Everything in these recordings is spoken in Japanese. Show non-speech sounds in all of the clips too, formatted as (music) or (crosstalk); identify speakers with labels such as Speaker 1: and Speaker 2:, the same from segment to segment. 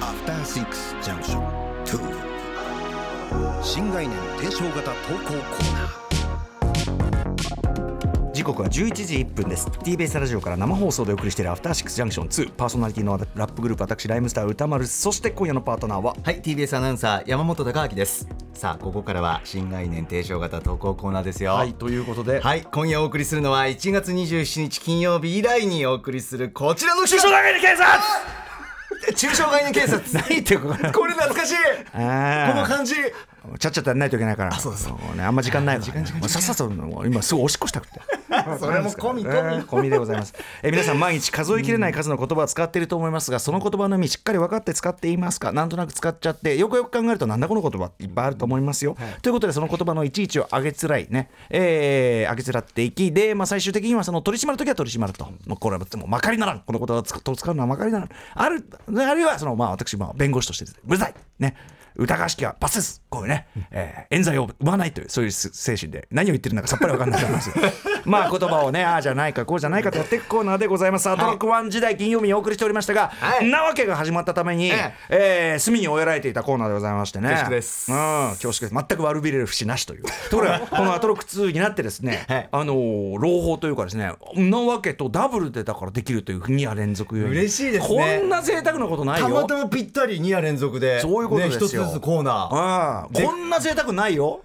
Speaker 1: ジャンクション2新概念提唱型投稿コーナー
Speaker 2: 時刻は11時1分です TBS ラジオから生放送でお送りしている「アフターシックスジャンクション2」パーソナリティのラップグループ私ライムスター歌丸そして今夜のパートナーは
Speaker 3: はい TBS アナウンサー山本貴明ですさあここからは新概念提唱型投稿コーナーですよ
Speaker 2: はいということで、
Speaker 3: はい今夜お送りするのは1月27日金曜日以来にお送りするこちらの
Speaker 2: 中
Speaker 3: 中
Speaker 2: 小
Speaker 3: 小
Speaker 2: 概念警察
Speaker 3: (laughs) 中小概念警察
Speaker 2: (laughs) ないってこと
Speaker 3: これ懐かしいこの
Speaker 2: あ
Speaker 3: 感じ
Speaker 2: あちゃっちゃとやんないといけないから
Speaker 3: そうそう
Speaker 2: もねあんま時間ないから、ね、もうさっさともう今すぐおしっこしたくて
Speaker 3: (laughs) それも込み込み
Speaker 2: (laughs) 込み込みでございますえ皆さん毎日数えきれない数の言葉を使っていると思いますがその言葉の意味しっかり分かって使っていますかなんとなく使っちゃってよくよく考えるとなんだこの言葉っていっぱいあると思いますよ、ということでその言葉のいちいちを上げつらいねえー、上げつらっていきで、まあ、最終的にはその取り締まる時は取り締まると、もうこれはもうまかりならんこの言葉を使う使うのはまかりならんあるあるいはそのまあ私まあ弁護士として無罪ね疑わしきは罰ですこういうね、えー冤罪を生まないというそういう精神で何を言ってるのかさっぱり分かんないと思い
Speaker 3: (laughs)
Speaker 2: ますまあ言葉をねああじゃないかこうじゃないかとやっていくコーナーでございますアトロックワン時代金曜日にお送りしておりましたが、
Speaker 3: はい
Speaker 2: なわけが始まったために、え
Speaker 3: ええ
Speaker 2: ー隅に追えられていたコーナーでございましてね
Speaker 3: 恐縮です
Speaker 2: うん、恐縮です全く悪びれる節なしというところがこのアトロック2になってですね、
Speaker 3: はい
Speaker 2: あのー朗報というかですねなわけとダブルでだからできるという2夜連続
Speaker 3: 嬉しいですね
Speaker 2: こんな贅沢なことないよ
Speaker 3: たまたまぴったり2夜連続で
Speaker 2: そういうことですよ
Speaker 3: ね、一つずつコーナー
Speaker 2: ああ
Speaker 3: で
Speaker 2: こんな贅沢ないよ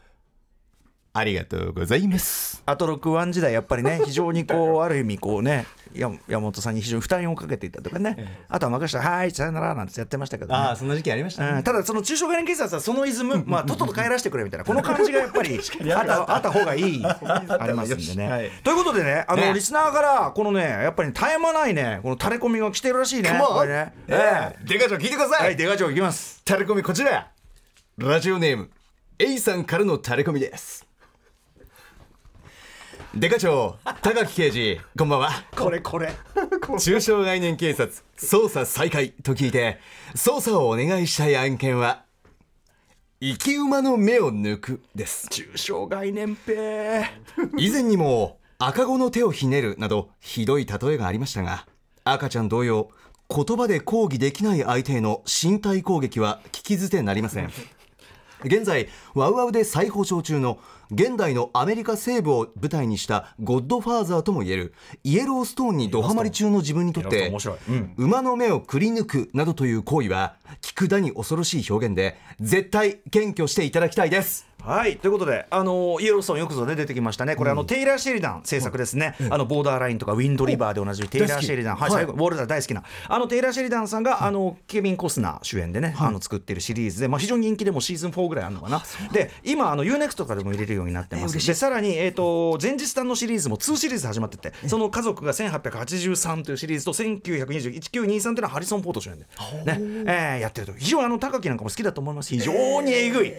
Speaker 3: ありがとうございます
Speaker 2: アトロックワン時代やっぱりね (laughs) 非常にこうある意味こうねや山本さんに非常に負担をかけていたとかねあとは任せた「はいさよなら」なんてやってましたけど
Speaker 3: あ
Speaker 2: ね
Speaker 3: あそんな時期ありましたね
Speaker 2: うんただその中小概念警察はそのイズ (laughs) ム、まあ、とっとと帰らせてくれみたいなこの感じがやっぱ (laughs) りあったあった方がい (laughs) いありますんでね、
Speaker 3: はい
Speaker 2: ということでねあの
Speaker 3: ね
Speaker 2: リスナーからこのねやっぱり絶え間ないねこの垂れ込みが来てるらしいね
Speaker 3: も
Speaker 2: こ
Speaker 3: う、
Speaker 2: れね
Speaker 3: え
Speaker 2: え
Speaker 3: えデカちゃん聞いてくだ
Speaker 2: え
Speaker 3: さ、
Speaker 2: はいい出川城いきます
Speaker 3: タレコミこちらラジオネーム A さんからのタレコミですデカ長高木刑事こんばんは
Speaker 2: これこれ
Speaker 3: 中小概念警察捜査再開と聞いて捜査をお願いしたい案件は生き馬の目を抜くです
Speaker 2: 中小概念ペー
Speaker 3: 以前にも赤子の手をひねるなどひどい例えがありましたが赤ちゃん同様言葉で抗議できない相手への身体攻撃は聞き捨てなりません現在ワウワウで再放送中の現代のアメリカ西部を舞台にした「ゴッドファーザー」ともいえるイエローストーンにドハマり中の自分にとって
Speaker 2: 面白いうん
Speaker 3: 馬の目をくり抜くなどという行為は聞くだに恐ろしい表現で絶対謙虚していただきたいです
Speaker 2: はいということで、あのイエローストーンよくぞね出てきましたね、これ、あのテイラー・シェリダン制作ですね、あのボーダーラインとか、ウィンド・リバーでおなじみ、テイラー・シェリダン、はい、
Speaker 3: はい
Speaker 2: 最後、ウォルター大好きな、あのテイラー・シェリダンさんが、あのケビン・コスナー主演でね、あの作ってるシリーズで、まあ、非常に人気でもうシーズン4ぐらいあるのかな、で今、あの UNEXT とかでも入れるようになってます、でさらに、えー、と前日談のシリーズも2シリーズ始まってて、その家族が1883というシリーズと、1920、1923というのはハリソン・フォード主演で、ねえーやってると、非常にあの高木なんかも好きだと思います、非常にえぐい、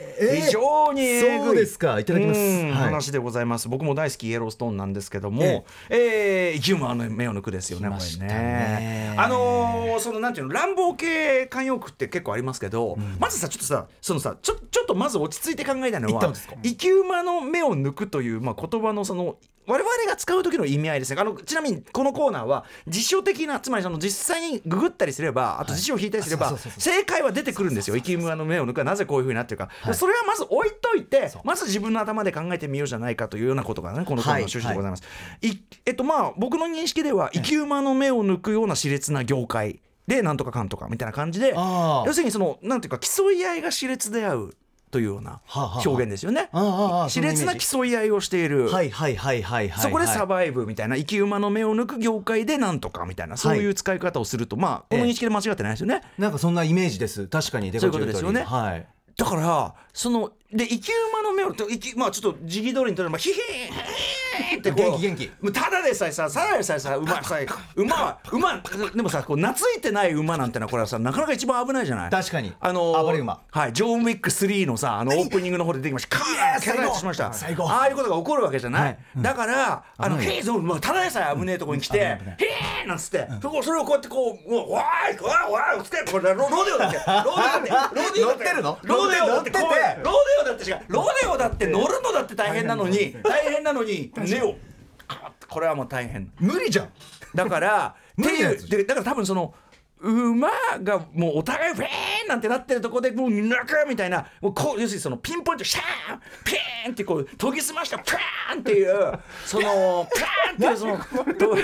Speaker 2: 非常にえぐい。
Speaker 3: そうですかいただきます
Speaker 2: うん
Speaker 3: はい
Speaker 2: 話でございます。僕も大好きイエローストーンなんですけども、え
Speaker 3: え
Speaker 2: えー、ユーモアの目を抜くですよね、これね
Speaker 3: ね。
Speaker 2: あのーそのなんていうの、乱暴系慣用句って結構ありますけど、まずさ、ちょっとさ、そのさ、ちょちょっとまず落ち着いて考えたいの
Speaker 3: 一旦
Speaker 2: は
Speaker 3: ですか、
Speaker 2: 生き馬の目を抜くという、まあ、言葉のその、我々が使う時の意味合いですね。あのちなみにこのコーナーは辞書的なつまりその実際にググったりすればあと辞書を引いたりすれば
Speaker 3: そうそうそうそう
Speaker 2: 正解は出てくるんですよ生き馬の目を抜くはなぜこういうふうになってるか、それはまず置いといてまず自分の頭で考えてみようじゃないかというようなことがねこのコーナーの趣旨でございます、いえっとまあ僕の認識では生き馬の目を抜くような熾烈な業界でなんとかかんとかみたいな感じで
Speaker 3: あー
Speaker 2: 要するにそのなんていうか競い合いが熾烈であうというような
Speaker 3: はあはあはあ
Speaker 2: 表現ですよね、
Speaker 3: ああああ
Speaker 2: 熾烈な競い合いをしている、
Speaker 3: いはいはいはいは
Speaker 2: そこでサ
Speaker 3: バ
Speaker 2: バイブみたいな生き馬の目を抜く業界でなんとかみたいなそういう使い方をすると、まあこの認識で間違ってないですよね。
Speaker 3: なんかそんなイメージです確かに出
Speaker 2: そういうことですよね
Speaker 3: はい
Speaker 2: だからそので生き馬の目をと生きまあちょっと時期通りにとればヒヒーンってこう
Speaker 3: 元気元気
Speaker 2: もうただでさえささらでさえさ馬さえ馬は馬でもさこう懐いてない馬なんてのはこれはさなかなか一番危ないじゃない
Speaker 3: 確かに
Speaker 2: あのー
Speaker 3: 暴れ馬
Speaker 2: はいジョン・ウィック3のさあのオープニングの方で出てきましたカーンキャ
Speaker 3: 最高
Speaker 2: ラしました
Speaker 3: 最高
Speaker 2: ああいうことが起こるわけじゃない、
Speaker 3: はい
Speaker 2: だからあの
Speaker 3: 危ないよ
Speaker 2: ヘイズもうただでさえ危ねえとこに来て「へえ!」なんつって、そこそれをこうやってこう「もうわーいわーいわーい」つってこれロロデオだってロデオだってロデオだって
Speaker 3: 乗ってるの
Speaker 2: ロデオだってこう
Speaker 3: 乗ってて
Speaker 2: ロデオだってしかロデオだって乗るのだって大変なのに大変なのにネオこれはもう大変
Speaker 3: 無理じゃん
Speaker 2: だからって
Speaker 3: 無理なや
Speaker 2: い
Speaker 3: つ
Speaker 2: うでだから多分その馬がもうお互いフェーーンなんてなってるとこでもう中みたいなもうこう要するにそのピンポイントシャーンピーンってこう研ぎ澄ましたプーンっていうそのプーンっていうそのど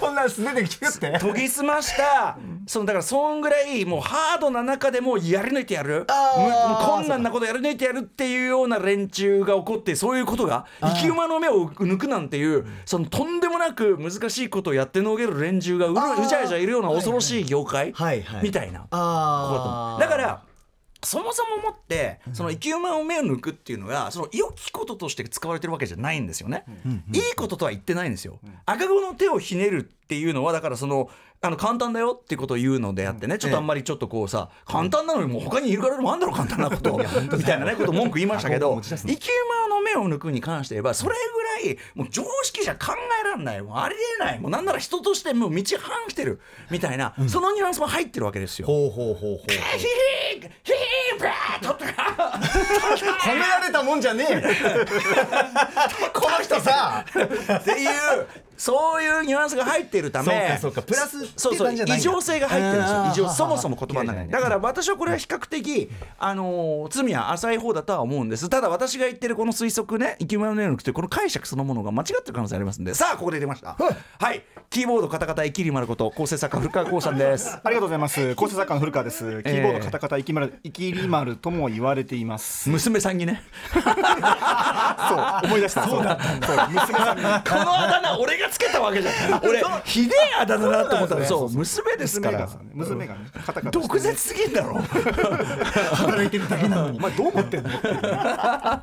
Speaker 3: こんなん素手でキュッて
Speaker 2: (laughs) 研ぎ澄ましたそのだからそんぐらいもうハードな中でもうやり抜いてやる
Speaker 3: あー
Speaker 2: もう困難なことやり抜いてやるっていうような連中が起こってそういうことが生き馬の目を抜くなんていうそのとんでもなく難しいことをやってのける連中がう
Speaker 3: あ
Speaker 2: る
Speaker 3: ー
Speaker 2: うじゃうじゃいるような恐ろしい業界
Speaker 3: はいはい
Speaker 2: みたいな。
Speaker 3: あー
Speaker 2: だからそもそももってその生き馬を目を抜くっていうのがその良きこととして使われてるわけじゃないんですよね。いいこととは言ってないんですよ。赤子の手をひねるっていうのはだからそのあの簡単だよっていうことを言うのであってねちょっとあんまりちょっとこうさ簡単なのにもう他にいるからでもあんだろう簡単なことみたいなねことを文句言いましたけ
Speaker 3: あ僕も
Speaker 2: ど
Speaker 3: 持ち出すの
Speaker 2: 生き馬の目を抜くに関して言えばそれぐらいもう常識じゃ考えられないもうありえないもうなんなら人としてもう道反してるみたいなそのニュアンスも入ってるわけですよ。
Speaker 3: ほうほうほうほうほう
Speaker 2: ヒヒーヒヒーブー取った
Speaker 3: 褒められたもんじゃねえよこの人さ
Speaker 2: っていうそういうニュアンスが入っているため
Speaker 3: そうかそうかプラス
Speaker 2: そう
Speaker 3: っ
Speaker 2: そう
Speaker 3: て感じじゃないん
Speaker 2: 異
Speaker 3: だ
Speaker 2: 常性が入ってるんです
Speaker 3: あ
Speaker 2: よ
Speaker 3: ー
Speaker 2: 異常そもそも言葉の中にだから私はこれは比較的あのー罪は浅い方だとは思うんですただ私が言ってるこの推測ね生き物の能力というこの解釈そのものが間違ってる可能性ありますんでさあここで出ましたはいキーボードカタカタイキリマルこと構成作家古川光さんです
Speaker 4: ありがとうございます。構成作家の古川です。キーボードカタカタイキマル、イキリマルとも言われています。
Speaker 2: 娘さんにね
Speaker 4: そう、思い出した。そうだったんだ。そう、娘さんに。
Speaker 2: (laughs) このあだ名俺がつけたわけじゃない俺ひでえあだ名だと思ったらそう娘ですか
Speaker 4: 娘が
Speaker 2: ら、
Speaker 4: 娘がね、カタカタしてね。
Speaker 2: 毒舌すぎんだろ
Speaker 3: 働いてるだけなのに
Speaker 4: お前どう思ってんの (laughs)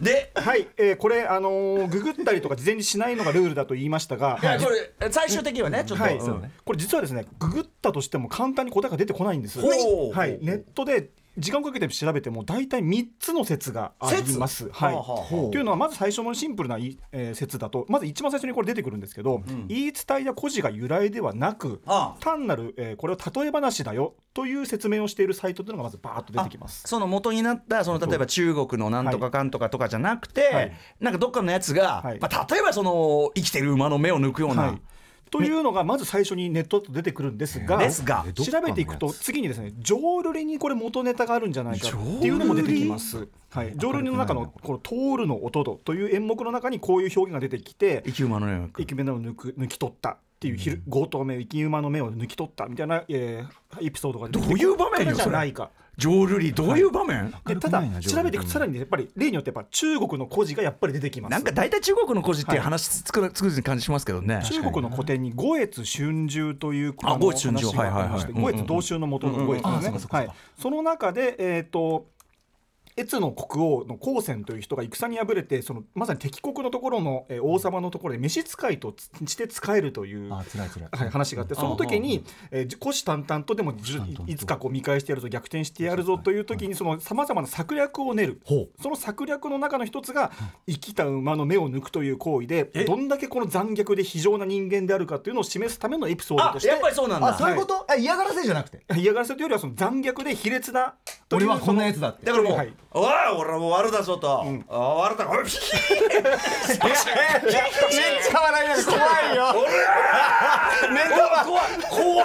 Speaker 2: で
Speaker 4: はい、えーこれ、あのーググったりとか事前にしないのがルールだと言いましたが、
Speaker 2: いやこれ最終的にはねちょっと、
Speaker 4: はい、
Speaker 2: うん
Speaker 4: これ実はですねググったとしても簡単に答えが出てこないんです、
Speaker 2: ほう
Speaker 4: はい、ネットで時間をかけて調べても大体3つの説があります。
Speaker 2: 説
Speaker 4: はい
Speaker 2: はあはあ
Speaker 4: というのはまず最初のシンプルないい、えー説だとまず一番最初にこれ出てくるんですけど、言い伝えや故事が由来ではなく
Speaker 2: ああ
Speaker 4: 単なる、えーこれを例え話だよという説明をしているサイトというのがまずバーッと出てきます。
Speaker 2: その元になったその例えば中国のなんとかかんとかとかじゃなくて、
Speaker 4: はい
Speaker 2: なんかどっかのやつが、
Speaker 4: はい
Speaker 2: まあ、例えばその生きてる馬の目を抜くような、
Speaker 4: はいというのがまず最初にネットだと出てくるんですが
Speaker 2: ですが
Speaker 4: 調べていくと次にですね浄瑠璃にこれ元ネタがあるんじゃないかっていうのも出てきます。はい、浄瑠璃の中の「この通るの音と」という演目の中にこういう表現が出てきて
Speaker 2: 生き馬の目を抜く
Speaker 4: 「生き目の抜く抜き取った」っていう昼強盗目生き馬の目を抜き取ったみたいな、えーエピソードが出てきて
Speaker 2: どういう場面よ
Speaker 4: これじゃないか。
Speaker 2: 浄瑠璃どういう場面、
Speaker 4: でただ調べていくとさらにやっぱり例によってやっぱ中国の故事がやっぱり出てきます。
Speaker 2: なんか大体中国の故事っていう話つく、つくづく感じしますけどね
Speaker 4: 中国の古典に五越春秋という
Speaker 2: あ
Speaker 4: あの
Speaker 2: 五越春秋
Speaker 4: 話がありまして
Speaker 2: はいはいは
Speaker 4: 五
Speaker 2: いうんうん
Speaker 4: 越同州の元の五越
Speaker 3: うんうん
Speaker 4: です
Speaker 3: あ
Speaker 4: ね
Speaker 3: そうかそうか
Speaker 4: はいその中でえっと越の国王の高専という人が戦に敗れてそのまさに敵国のところの、えー王様のところで召使いとつして使えるという、
Speaker 3: あ辛い辛い
Speaker 4: はい、話があってその時に、えー、虎視眈々とでもじゅ
Speaker 3: 虎視眈々と
Speaker 4: いつかこう見返してやるぞ逆転してやるぞという時にそのさまざまな策略を練る
Speaker 3: ほ
Speaker 4: その策略の中の一つが生きた馬の目を抜くという行為でどんだけこの残虐で非情な人間であるかというのを示すためのエピソード
Speaker 2: あ
Speaker 4: として
Speaker 2: やっぱりそうなんだ
Speaker 3: あそういうこと、あ嫌がらせじゃなくて
Speaker 4: 嫌がらせというよりはその残虐で卑劣なとい
Speaker 3: 俺
Speaker 4: う
Speaker 3: はこんなやつだって
Speaker 2: だからもう、
Speaker 4: はい
Speaker 2: おい俺はもう悪だぞと、あ悪だおい
Speaker 3: めっちゃ笑いながら怖いよ
Speaker 2: 怖い怖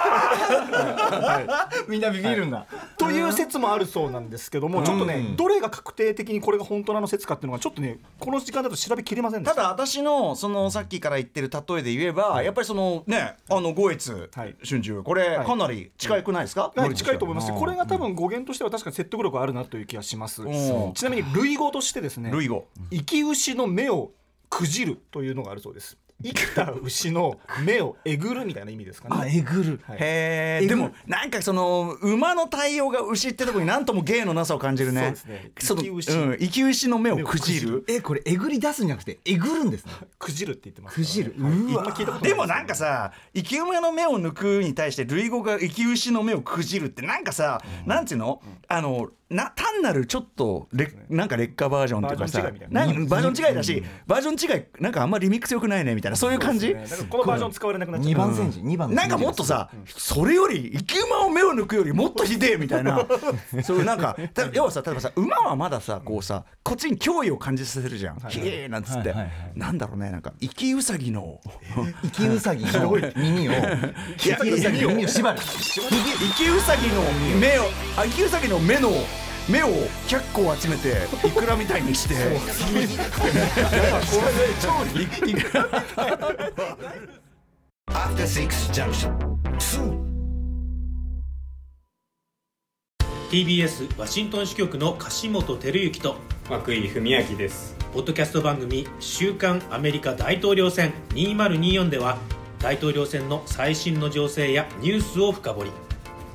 Speaker 2: い
Speaker 3: みんなビビるんだ
Speaker 4: という説もあるそうなんですけどもちょっとねどれが確定的にこれが本当なの説かっていうのがちょっとねこの時間だと調べきれませんでした
Speaker 2: だ私のそのさっきから言ってる例えで言えばやっぱりそのねあの五越
Speaker 4: はい
Speaker 2: 春秋これ
Speaker 4: い
Speaker 2: かなり近くないですか、
Speaker 4: はい、近いと思います
Speaker 2: あー
Speaker 4: これが多分語源としては確かに説得力あるなという気がします
Speaker 2: ん
Speaker 4: ちなみに類語としてですね
Speaker 2: 類語
Speaker 4: 生き牛の目をくじるというのがあるそうです生きた牛の目をえぐるみたいな意味ですかね
Speaker 3: えぐる
Speaker 4: はい
Speaker 2: へえでもなんかその馬の対応が牛ってとこになんとも芸のなさを感じるね
Speaker 4: そうですね
Speaker 2: の
Speaker 4: 生き牛
Speaker 2: うん、生き牛の目をくじる
Speaker 3: えこれえぐり出すんじゃなくてえぐるんですね
Speaker 4: くじるって言ってます
Speaker 3: くじる
Speaker 4: はい、
Speaker 3: うわ
Speaker 4: 今聞いたこと
Speaker 2: でもなんかさ生き馬の目を抜くに対して類語が生き牛の目をくじるってなんかさ、なんていうのあのな単なるちょっとれなんか劣化バージョンというかさ
Speaker 4: バージョン違いみたいな
Speaker 2: なんかバージョン違いだし、バージョン違いなんかあんまりリミックスよくないねみたいなそういう感じ
Speaker 4: なんかこのバージョン使われなくなっちゃ
Speaker 3: 2
Speaker 4: った
Speaker 3: 番戦時、二番の
Speaker 2: なんかもっとさ、それより生き馬を目を抜くよりもっとひでえみたいなそういうなんかた要はさ例えばさ馬はまださこうさこっちに脅威を感じさせるじゃん、ひでえなんつって、
Speaker 3: はいはいはい
Speaker 2: なんだろうねなんか生きウサギの
Speaker 3: 生きウサギの耳を生きウサギの耳を縛る
Speaker 2: 生きウサギの目をあ生きウサギの目の目を100個集めてイクラみたいにして (laughs)
Speaker 1: After Six Junction 2
Speaker 5: TBS ワシントン支局の樫本照之と
Speaker 6: 涌井文明です
Speaker 5: ポッドキャスト番組「週刊アメリカ大統領選2024」では大統領選の最新の情勢やニュースを深掘り